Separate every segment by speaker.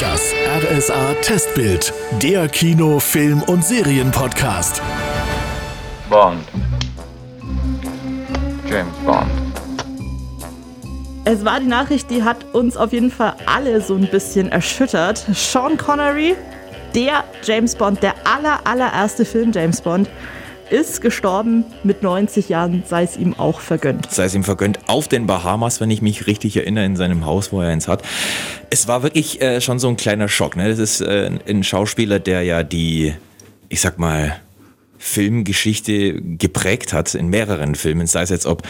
Speaker 1: Das RSA Testbild, der Kino, Film und Serienpodcast.
Speaker 2: Bond. James Bond.
Speaker 3: Es war die Nachricht, die hat uns auf jeden Fall alle so ein bisschen erschüttert. Sean Connery, der James Bond, der aller, allererste Film James Bond, ist gestorben mit 90 Jahren, sei es ihm auch vergönnt.
Speaker 4: sei es ihm vergönnt, auf den Bahamas, wenn ich mich richtig erinnere, in seinem Haus, wo er eins hat. Es war wirklich äh, schon so ein kleiner Schock. Ne? Das ist äh, ein Schauspieler, der ja die, ich sag mal, Filmgeschichte geprägt hat in mehreren Filmen, sei es jetzt ob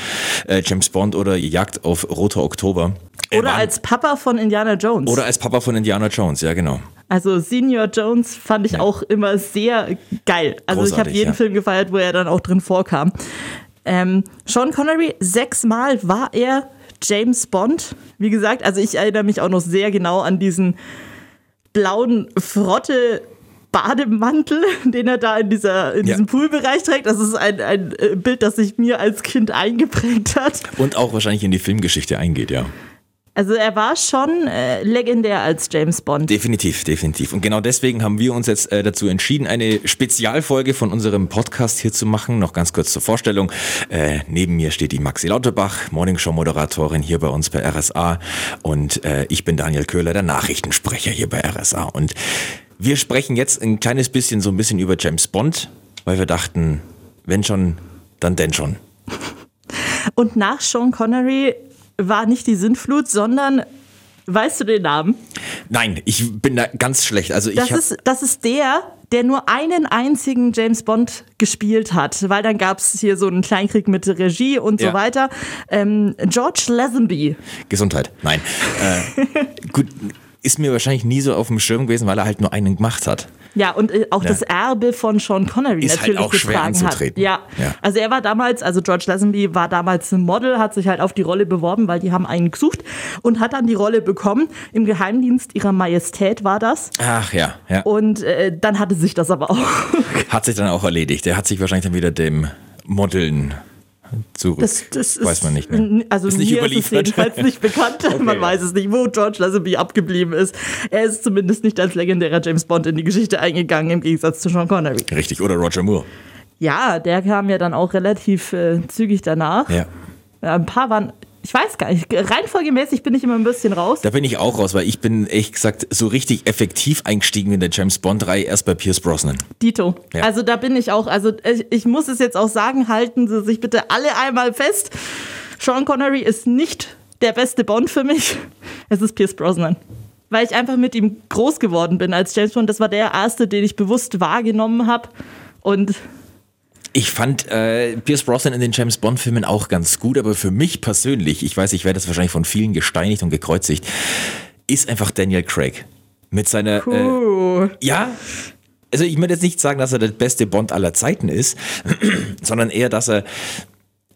Speaker 4: äh, James Bond oder Jagd auf Roter Oktober. Er
Speaker 3: Oder
Speaker 4: war-
Speaker 3: als Papa von Indiana Jones.
Speaker 4: oder als Papa von Indiana Jones, ja genau.
Speaker 3: also Senior Jones fand ich auch immer sehr geil. Also ich habe
Speaker 4: Großartig,
Speaker 3: jeden
Speaker 4: ja.
Speaker 3: Film gefeiert, wo er dann auch drin vorkam. Ähm, Sean Connery, sechsmal war er James Bond. Wie gesagt, also ich erinnere mich auch noch sehr genau an diesen blauen Frotte. Bademantel, den er da in, dieser, in
Speaker 4: Ja.
Speaker 3: diesem Poolbereich trägt. Das ist ein, ein äh, Bild, das sich mir als Kind eingeprägt hat.
Speaker 4: Und auch wahrscheinlich in die Filmgeschichte eingeht, ja.
Speaker 3: Also er war schon äh, legendär als James Bond.
Speaker 4: Definitiv, definitiv. Und genau deswegen haben wir uns jetzt äh, dazu entschieden, eine Spezialfolge von unserem Podcast hier zu machen. Noch ganz kurz zur Vorstellung. Äh, neben mir steht die Maxi Lauterbach, Morningshow-Moderatorin hier bei uns bei RSA. Und äh, ich bin Daniel Köhler, der Nachrichtensprecher hier bei RSA. Und wir sprechen jetzt ein kleines bisschen so ein bisschen über James Bond, weil wir dachten, wenn schon, dann denn schon.
Speaker 3: Und nach Sean Connery war nicht die Sintflut, sondern weißt du den Namen?
Speaker 4: Nein, ich bin da ganz schlecht. Also ich
Speaker 3: Das
Speaker 4: hab-
Speaker 3: ist, das ist der, der nur einen einzigen James Bond gespielt hat, weil dann gab es hier so einen Kleinkrieg mit Regie und so
Speaker 4: Ja.
Speaker 3: weiter. Ähm, George Lazenby.
Speaker 4: Gesundheit. Nein. äh, gut, ist mir wahrscheinlich nie so auf dem Schirm gewesen, weil er halt nur einen gemacht hat.
Speaker 3: Ja, und äh, auch
Speaker 4: Ja.
Speaker 3: das Erbe von Sean Connery
Speaker 4: Ist halt
Speaker 3: natürlich
Speaker 4: auch schwer
Speaker 3: getragen
Speaker 4: anzutreten.
Speaker 3: hat. Ja.
Speaker 4: Ja.
Speaker 3: also er war damals, also George Lazenby war damals ein Model, hat sich halt auf die Rolle beworben, weil die haben einen gesucht und hat dann die Rolle bekommen. Im Geheimdienst ihrer Majestät war das.
Speaker 4: Ach ja, ja.
Speaker 3: Und äh, dann hatte sich das aber auch.
Speaker 4: Hat sich dann auch erledigt. Er hat sich wahrscheinlich dann wieder dem Modeln zurück.
Speaker 3: Das, das ist,
Speaker 4: weiß man nicht mehr.
Speaker 3: Also
Speaker 4: ist
Speaker 3: mir
Speaker 4: nicht
Speaker 3: ist es
Speaker 4: überliefert.
Speaker 3: jedenfalls nicht bekannt. man
Speaker 4: ja.
Speaker 3: weiß es nicht, wo George Lazenby abgeblieben ist. Er ist zumindest nicht als legendärer James Bond in die Geschichte eingegangen, im Gegensatz zu Sean Connery.
Speaker 4: Richtig, oder Roger Moore.
Speaker 3: Ja, der kam ja dann auch relativ äh, zügig danach.
Speaker 4: Ja.
Speaker 3: Ja, ein paar waren, ich weiß gar nicht, reihenfolgemäßig bin ich immer ein bisschen raus.
Speaker 4: Da bin ich auch raus, weil ich bin, ehrlich gesagt, so richtig effektiv eingestiegen in der James Bond-Reihe erst bei Pierce Brosnan.
Speaker 3: Dito.
Speaker 4: Ja.
Speaker 3: Also da bin ich auch, also ich, ich muss es jetzt auch sagen, halten Sie sich bitte alle einmal fest. Sean Connery ist nicht der beste Bond für mich. Es ist Pierce Brosnan. Weil ich einfach mit ihm groß geworden bin als James Bond. Das war der erste, den ich bewusst wahrgenommen habe. Und
Speaker 4: Ich fand äh, Pierce Brosnan in den James Bond-Filmen auch ganz gut, aber für mich persönlich, ich weiß, ich werde das wahrscheinlich von vielen gesteinigt und gekreuzigt, ist einfach Daniel Craig. Mit seiner. Äh, ja. Also ich möchte jetzt nicht sagen, dass er der beste Bond aller Zeiten ist, sondern eher, dass er,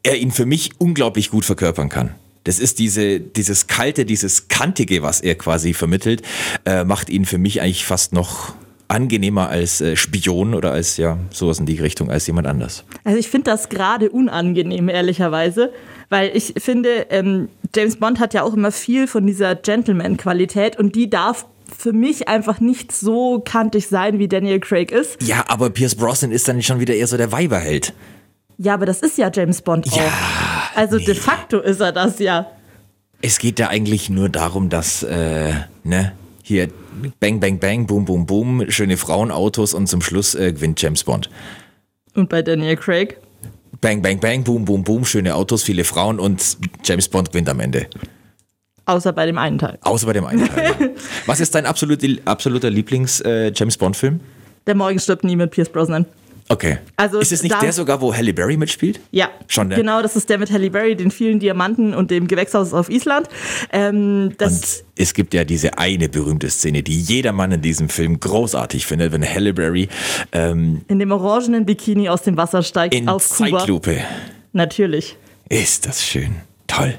Speaker 4: er ihn für mich unglaublich gut verkörpern kann. Das ist diese, dieses kalte, dieses kantige, was er quasi vermittelt, äh, macht ihn für mich eigentlich fast noch angenehmer als äh, Spion oder als ja sowas in die Richtung als jemand anders.
Speaker 3: Also ich finde das gerade unangenehm, ehrlicherweise, weil ich finde, ähm, James Bond hat ja auch immer viel von dieser Gentleman-Qualität und die darf für mich einfach nicht so kantig sein, wie Daniel Craig ist.
Speaker 4: Ja, aber Pierce Brosnan ist dann schon wieder eher so der Weiberheld.
Speaker 3: Ja, aber das ist ja James Bond auch. also de facto ist er das ja.
Speaker 4: Es geht da eigentlich nur darum, dass äh, ne hier Bang Bang Bang Boom Boom Boom schöne Frauenautos und zum Schluss äh, gewinnt James Bond.
Speaker 3: Und bei Daniel Craig?
Speaker 4: Bang Bang Bang Boom Boom Boom schöne Autos viele Frauen und James Bond gewinnt am Ende.
Speaker 3: Außer bei dem einen Teil.
Speaker 4: Außer bei dem einen Teil. Was ist dein absolut, absoluter Lieblings äh, James Bond Film?
Speaker 3: Der Morgen stirbt nie mit Pierce Brosnan.
Speaker 4: Okay.
Speaker 3: Also,
Speaker 4: ist es nicht
Speaker 3: da-
Speaker 4: der sogar, wo Halle Berry mitspielt?
Speaker 3: Ja,
Speaker 4: Schon, ne?
Speaker 3: genau, das ist der mit Halle Berry, den vielen Diamanten und dem Gewächshaus auf Island. Ähm, das,
Speaker 4: Und es gibt ja diese eine berühmte Szene, die jedermann in diesem Film großartig findet, wenn Halle Berry ähm,
Speaker 3: in dem orangenen Bikini aus dem Wasser steigt
Speaker 4: in
Speaker 3: auf Kuba.
Speaker 4: Zeitlupe.
Speaker 3: Natürlich.
Speaker 4: Ist das schön. Toll.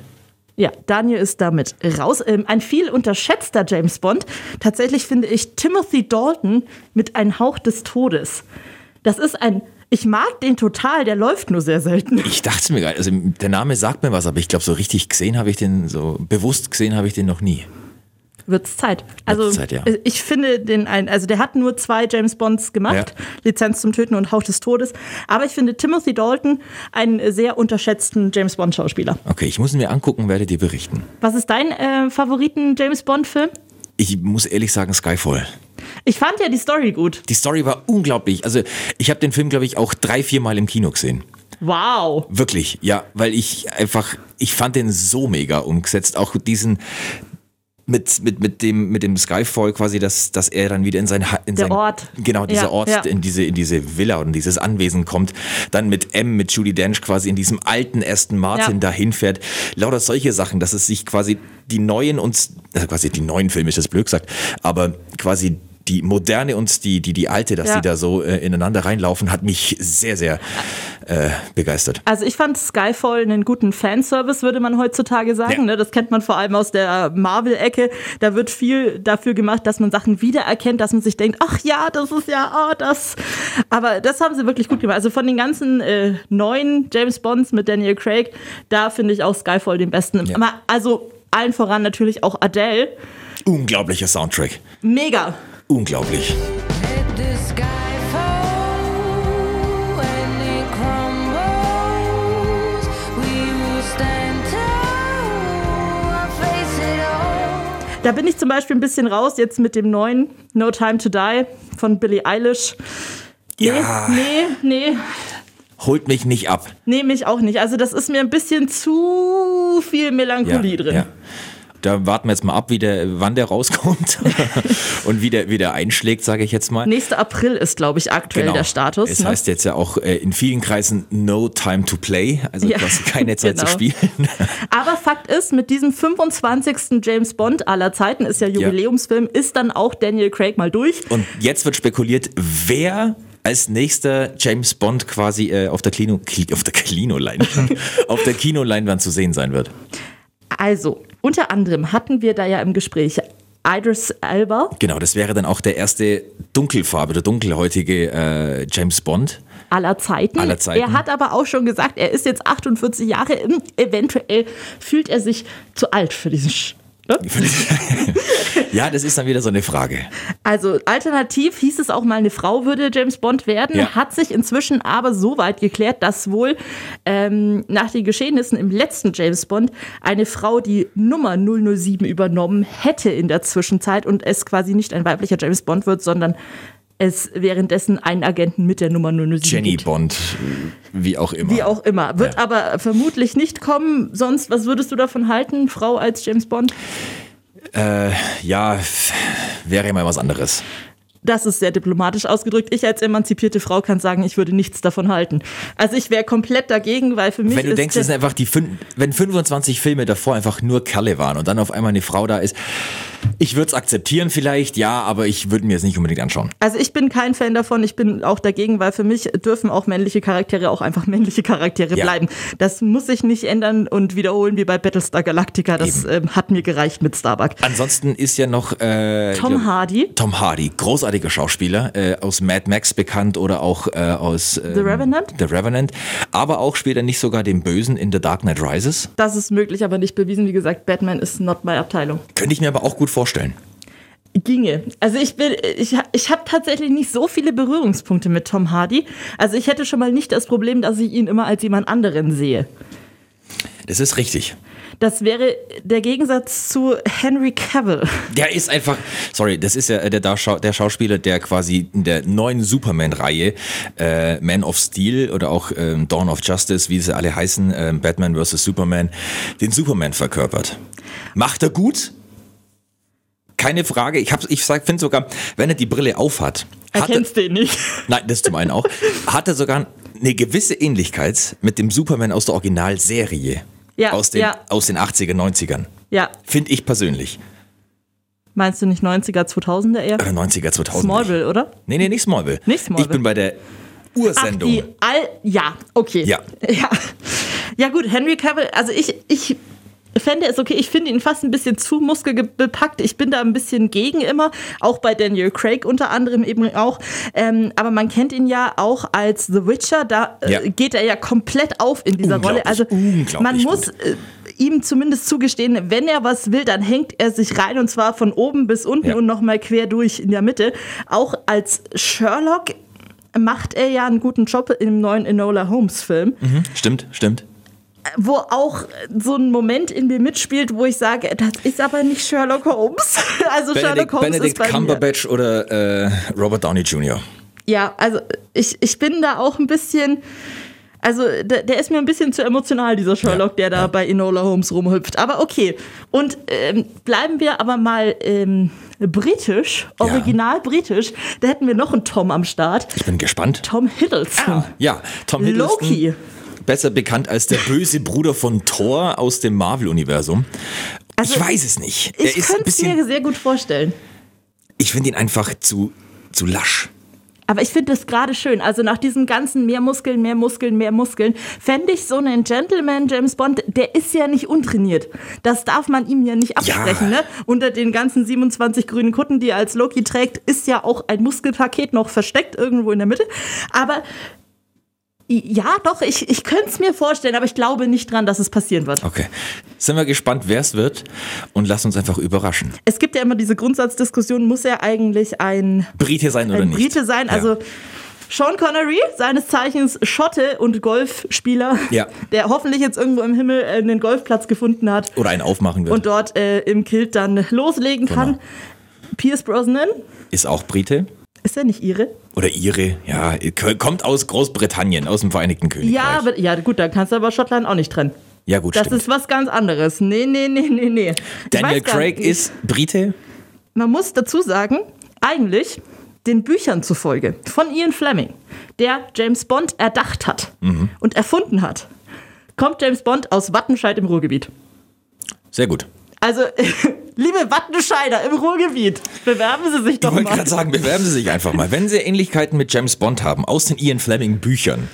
Speaker 3: Ja, Daniel ist damit raus. Ähm, ein viel unterschätzter James Bond. Tatsächlich finde ich Timothy Dalton mit Ein Hauch des Todes. Das ist ein. Ich mag den total, der läuft nur sehr selten.
Speaker 4: Ich dachte mir gerade, also der Name sagt mir was, aber ich glaube, so richtig gesehen habe ich den, so bewusst gesehen habe ich den noch nie.
Speaker 3: wird's Zeit. Also
Speaker 4: Zeit, ja.
Speaker 3: äh, ich finde den einen, also der hat nur zwei James Bonds gemacht,
Speaker 4: Ja.
Speaker 3: Lizenz zum Töten und Hauch des Todes. Aber ich finde Timothy Dalton einen äh, sehr unterschätzten James Bond Schauspieler.
Speaker 4: Okay, ich muss ihn mir angucken, werde dir berichten.
Speaker 3: Was ist dein äh, Favoriten James Bond Film?
Speaker 4: Ich muss ehrlich sagen, Skyfall.
Speaker 3: Ich fand ja die Story gut.
Speaker 4: Die Story war unglaublich. Also ich habe den Film, glaube ich, auch drei, vier Mal im Kino gesehen.
Speaker 3: Wow.
Speaker 4: Wirklich, ja, weil ich einfach, ich fand den so mega umgesetzt. Auch diesen mit, mit, mit, dem, mit dem Skyfall quasi, dass, dass er dann wieder in sein Ha- in
Speaker 3: Der
Speaker 4: sein,
Speaker 3: Ort.
Speaker 4: Genau, dieser
Speaker 3: Ja,
Speaker 4: Ort,
Speaker 3: ja.
Speaker 4: in diese, in diese Villa und dieses Anwesen kommt, dann mit M, mit Judy Dench quasi in diesem alten Aston Martin
Speaker 3: Ja.
Speaker 4: dahin fährt. Lauter solche Sachen, dass es sich quasi die neuen und also quasi die neuen Filme ist das blöd gesagt, aber quasi die moderne und die, die, die alte, dass
Speaker 3: Ja.
Speaker 4: die da so äh, ineinander reinlaufen, hat mich sehr, sehr äh, begeistert.
Speaker 3: Also ich fand Skyfall einen guten Fanservice, würde man heutzutage sagen.
Speaker 4: Ja.
Speaker 3: Ne? Das kennt man vor allem aus der Marvel-Ecke. Da wird viel dafür gemacht, dass man Sachen wiedererkennt, dass man sich denkt, ach ja, das ist ja, oh, das. Aber das haben sie wirklich gut gemacht. Also von den ganzen äh, neuen James Bonds mit Daniel Craig, da finde ich auch Skyfall den besten.
Speaker 4: Ja.
Speaker 3: Aber Also allen voran natürlich auch Adele.
Speaker 4: Unglaublicher Soundtrack.
Speaker 3: Mega.
Speaker 4: Unglaublich.
Speaker 5: Let the sky fall and it crumbles. We will stand tall and face it all.
Speaker 3: Da bin ich zum Beispiel ein bisschen raus jetzt mit dem neuen No Time to Die von Billie Eilish. Nee,
Speaker 4: Ja.
Speaker 3: nee, nee.
Speaker 4: Holt mich nicht ab.
Speaker 3: Nehme ich auch nicht. Also das ist mir ein bisschen zu viel Melancholie drin.
Speaker 4: ja. Da warten wir jetzt mal ab, wie der, wann der rauskommt und wie der, wie der einschlägt, sage ich jetzt mal. Genau.
Speaker 3: Nächster April ist, glaube ich, aktuell der Status.
Speaker 4: Es
Speaker 3: ne?
Speaker 4: heißt jetzt ja auch äh, in vielen Kreisen No Time to Play, also
Speaker 3: Ja,
Speaker 4: quasi keine Zeit zu
Speaker 3: genau.
Speaker 4: spielen.
Speaker 3: Aber Fakt ist, mit diesem 25. James Bond aller Zeiten, ist ja Jubiläumsfilm, ist dann auch Daniel Craig mal durch.
Speaker 4: Und jetzt wird spekuliert, wer als nächster James Bond quasi äh, auf der Kino, Ki- auf der Kinoleinwand, auf der Kinoleinwand zu sehen sein wird.
Speaker 3: Also, unter anderem hatten wir da ja im Gespräch Idris Elba,
Speaker 4: Genau, das wäre dann auch der erste dunkelfarbe, der dunkelhäutige äh, James Bond.
Speaker 3: aller Zeiten.
Speaker 4: Aller Zeiten.
Speaker 3: Er hat aber auch schon gesagt, er ist jetzt 48 Jahre. Eventuell fühlt er sich zu alt für diesen Sch ne?
Speaker 4: ja, das ist dann wieder so eine Frage.
Speaker 3: Also alternativ hieß es auch mal, eine Frau würde James Bond werden,
Speaker 4: Ja.
Speaker 3: hat sich inzwischen aber so weit geklärt, dass wohl ähm, nach den Geschehnissen im letzten James Bond eine Frau die Nummer 007 übernommen hätte in der Zwischenzeit und es quasi nicht ein weiblicher James Bond wird, sondern es währenddessen einen Agenten mit der Nummer 007
Speaker 4: Jenny
Speaker 3: gibt.
Speaker 4: Bond, wie auch immer.
Speaker 3: Wie auch immer. Wird aber vermutlich nicht kommen. Sonst, was würdest du davon halten, Frau als James Bond?
Speaker 4: Ja, f- wäre mal was anderes.
Speaker 3: Das ist sehr diplomatisch ausgedrückt. Ich als emanzipierte Frau kann sagen, ich würde nichts davon halten. Also ich wäre komplett dagegen, weil für mich
Speaker 4: Wenn du
Speaker 3: ist
Speaker 4: denkst, es sind einfach die fünf, wenn 25 Filme davor einfach nur Kerle waren und dann auf einmal eine Frau da ist, ich würde es akzeptieren vielleicht, ja, aber ich würde mir es nicht unbedingt anschauen.
Speaker 3: also ich bin kein Fan davon, ich bin auch dagegen, weil für mich dürfen auch männliche Charaktere auch einfach männliche Charaktere
Speaker 4: Ja.
Speaker 3: bleiben. Das muss ich nicht ändern und wiederholen wie bei Battlestar Galactica. Das ähm, hat mir gereicht mit Starbuck.
Speaker 4: Ansonsten ist ja noch äh,
Speaker 3: Tom Hardy,
Speaker 4: Tom Hardy, großartiger Schauspieler, äh, aus Mad Max bekannt oder auch äh, aus ähm,
Speaker 3: The Revenant?
Speaker 4: The Revenant, aber auch später nicht sogar den Bösen in The Dark Knight Rises.
Speaker 3: das ist möglich, aber nicht bewiesen. Wie gesagt, Batman ist not my Abteilung.
Speaker 4: Könnte ich mir aber auch gut vorstellen.
Speaker 3: Ginge. Also ich bin, ich, ich habe tatsächlich nicht so viele Berührungspunkte mit Tom Hardy. Also ich hätte schon mal nicht das Problem, dass ich ihn immer als jemand anderen sehe.
Speaker 4: Das ist richtig.
Speaker 3: Das wäre der Gegensatz zu Henry Cavill.
Speaker 4: Der ist einfach, sorry, das ist ja äh, der, Darschau- der Schauspieler, der quasi in der neuen Superman-Reihe äh, Man of Steel oder auch ähm, Dawn of Justice, wie sie alle heißen, ähm, Batman vs. Superman, den Superman verkörpert. Macht er gut? Keine Frage. Ich, hab's- ich finde sogar, wenn er die Brille aufhat, hat er,
Speaker 3: Erkennst den nicht.
Speaker 4: nein, das zum einen auch, hat er sogar eine gewisse Ähnlichkeit mit dem Superman aus der Originalserie.
Speaker 3: Ja,
Speaker 4: aus, den,
Speaker 3: ja.
Speaker 4: aus den 80er, 90ern.
Speaker 3: Ja,
Speaker 4: Finde ich persönlich.
Speaker 3: meinst du nicht 90er, 2000er eher?
Speaker 4: Oder 90er, 2000.
Speaker 3: Smallville, oder?
Speaker 4: Nee, nee, Äh, nicht Smallville.
Speaker 3: Nicht Smallville.
Speaker 4: Ich bin bei der
Speaker 3: Ach,
Speaker 4: Ursendung.
Speaker 3: die all ja, okay.
Speaker 4: Ja.
Speaker 3: Ja, ja gut, Henry Cavill, also ich, ich fände es okay, ich finde ihn fast ein bisschen zu muskelbepackt. Ich bin da ein bisschen gegen immer, auch bei Daniel Craig unter anderem eben auch. Ähm, aber man kennt ihn ja auch als The Witcher, da äh,
Speaker 4: Ja.
Speaker 3: geht er ja komplett auf in dieser Rolle.
Speaker 4: Unglaublich,
Speaker 3: Also
Speaker 4: unglaublich
Speaker 3: man muss
Speaker 4: gut.
Speaker 3: äh, ihm zumindest zugestehen, wenn er was will, dann hängt er sich rein und zwar von oben bis unten
Speaker 4: Ja.
Speaker 3: und nochmal quer durch in der Mitte. Auch als Sherlock macht er ja einen guten Job im neuen Enola Holmes Film
Speaker 4: Mhm. Stimmt, stimmt.
Speaker 3: wo auch so ein Moment in mir mitspielt, wo ich sage, das ist aber nicht Sherlock Holmes. Also
Speaker 4: Benedict,
Speaker 3: Sherlock Holmes
Speaker 4: Benedict
Speaker 3: ist bei mir.
Speaker 4: Cumberbatch oder äh, Robert Downey Jr.
Speaker 3: Ja, also ich, ich bin da auch ein bisschen, also der, der ist mir ein bisschen zu emotional, dieser Sherlock,
Speaker 4: Ja,
Speaker 3: der da
Speaker 4: ja.
Speaker 3: bei Enola Holmes rumhüpft. Aber okay. Und ähm, bleiben wir aber mal ähm, britisch,
Speaker 4: Ja.
Speaker 3: original britisch. Da hätten wir noch einen Tom am Start.
Speaker 4: Ich bin gespannt.
Speaker 3: Tom Hiddleston.
Speaker 4: Ja, Ah, Tom Hiddleston.
Speaker 3: Loki.
Speaker 4: Besser bekannt als der böse Bruder von Thor aus dem Marvel-Universum.
Speaker 3: Also,
Speaker 4: ich weiß es nicht. Er
Speaker 3: Ich
Speaker 4: ist ein
Speaker 3: könnte es mir
Speaker 4: bisschen,
Speaker 3: sehr gut vorstellen.
Speaker 4: ich finde ihn einfach zu, zu lasch.
Speaker 3: Aber ich finde das gerade schön. Also nach diesem ganzen mehr Muskeln, mehr Muskeln, mehr Muskeln, fände ich so einen Gentleman James Bond, der ist ja nicht untrainiert. Das darf man ihm ja nicht absprechen.
Speaker 4: Ja.
Speaker 3: Ne? Unter den ganzen 27 grünen Kutten, die er als Loki trägt, ist ja auch ein Muskelpaket noch versteckt irgendwo in der Mitte. Aber i- ja, doch, ich, ich könnte es mir vorstellen, aber ich glaube nicht dran, dass es passieren wird.
Speaker 4: Okay. Sind wir gespannt, wer es wird und lass uns einfach überraschen.
Speaker 3: Es gibt ja immer diese Grundsatzdiskussion, muss er eigentlich ein
Speaker 4: Brite sein oder
Speaker 3: ein
Speaker 4: nicht?
Speaker 3: Brite sein. Also Sean Connery, seines Zeichens Schotte und Golfspieler,
Speaker 4: Ja.
Speaker 3: der hoffentlich jetzt irgendwo im Himmel äh, einen Golfplatz gefunden hat
Speaker 4: Oder einen aufmachen wird.
Speaker 3: und dort äh, im Kilt dann loslegen kann.
Speaker 4: Genau.
Speaker 3: Pierce Brosnan,
Speaker 4: ist auch Brite.
Speaker 3: ist er nicht ihre?
Speaker 4: Oder ihre, ja, kommt aus Großbritannien, aus dem Vereinigten Königreich.
Speaker 3: Ja, aber, ja, gut, dann kannst du aber Schottland auch nicht trennen.
Speaker 4: ja gut,
Speaker 3: Das
Speaker 4: stimmt.
Speaker 3: ist was ganz anderes. Nee, nee, nee, nee, nee. Ich
Speaker 4: Daniel
Speaker 3: weiß gar
Speaker 4: Craig
Speaker 3: nicht.
Speaker 4: ist Brite.
Speaker 3: Man muss dazu sagen, eigentlich den Büchern zufolge von Ian Fleming, der James Bond erdacht hat und erfunden hat, kommt James Bond aus Wattenscheid im Ruhrgebiet.
Speaker 4: Sehr gut.
Speaker 3: Also, liebe Wattenscheider im Ruhrgebiet, bewerben Sie sich
Speaker 4: Ich
Speaker 3: doch
Speaker 4: wollte
Speaker 3: mal.
Speaker 4: gerade sagen, bewerben Sie sich einfach mal. Wenn Sie Ähnlichkeiten mit James Bond haben, aus den Ian Fleming Büchern,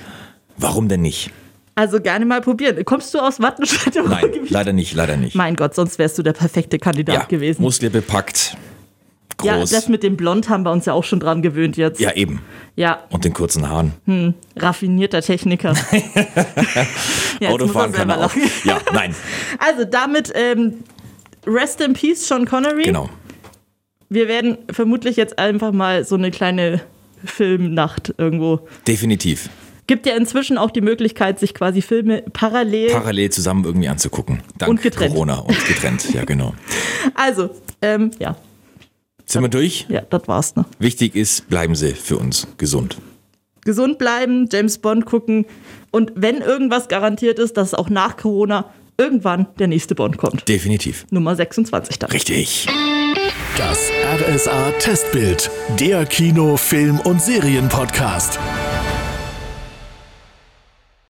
Speaker 4: warum denn nicht?
Speaker 3: Also gerne mal probieren. Kommst du aus Wattenscheid im
Speaker 4: Nein,
Speaker 3: Ruhrgebiet?
Speaker 4: leider nicht, leider nicht.
Speaker 3: Mein Gott, sonst wärst du der perfekte Kandidat
Speaker 4: ja,
Speaker 3: gewesen.
Speaker 4: muskelbepackt,
Speaker 3: ja,
Speaker 4: groß.
Speaker 3: das mit dem Blond haben wir uns ja auch schon dran gewöhnt jetzt.
Speaker 4: Ja, eben.
Speaker 3: ja
Speaker 4: Und den kurzen Haaren.
Speaker 3: raffinierter Techniker. ja, jetzt
Speaker 4: Autofahren
Speaker 3: muss
Speaker 4: kann
Speaker 3: selber
Speaker 4: er auch.
Speaker 3: lachen.
Speaker 4: Ja, nein,
Speaker 3: Also damit ähm, Rest in Peace, Sean Connery.
Speaker 4: genau.
Speaker 3: Wir werden vermutlich jetzt einfach mal so eine kleine Filmnacht irgendwo.
Speaker 4: Definitiv.
Speaker 3: Gibt ja inzwischen auch die Möglichkeit, sich quasi Filme parallel.
Speaker 4: Parallel zusammen irgendwie anzugucken. Dank
Speaker 3: Und getrennt.
Speaker 4: Corona und getrennt. Ja, genau.
Speaker 3: also, ähm, ja,
Speaker 4: Sind wir durch?
Speaker 3: ja, das war's. Ne?
Speaker 4: Wichtig ist, bleiben Sie für uns gesund.
Speaker 3: Gesund bleiben, James Bond gucken und wenn irgendwas garantiert ist, dass auch nach Corona irgendwann der nächste Bond kommt.
Speaker 4: Definitiv.
Speaker 3: Nummer 26 dann.
Speaker 4: Richtig.
Speaker 1: Das RSA Testbild, der Kino, Film und Serienpodcast.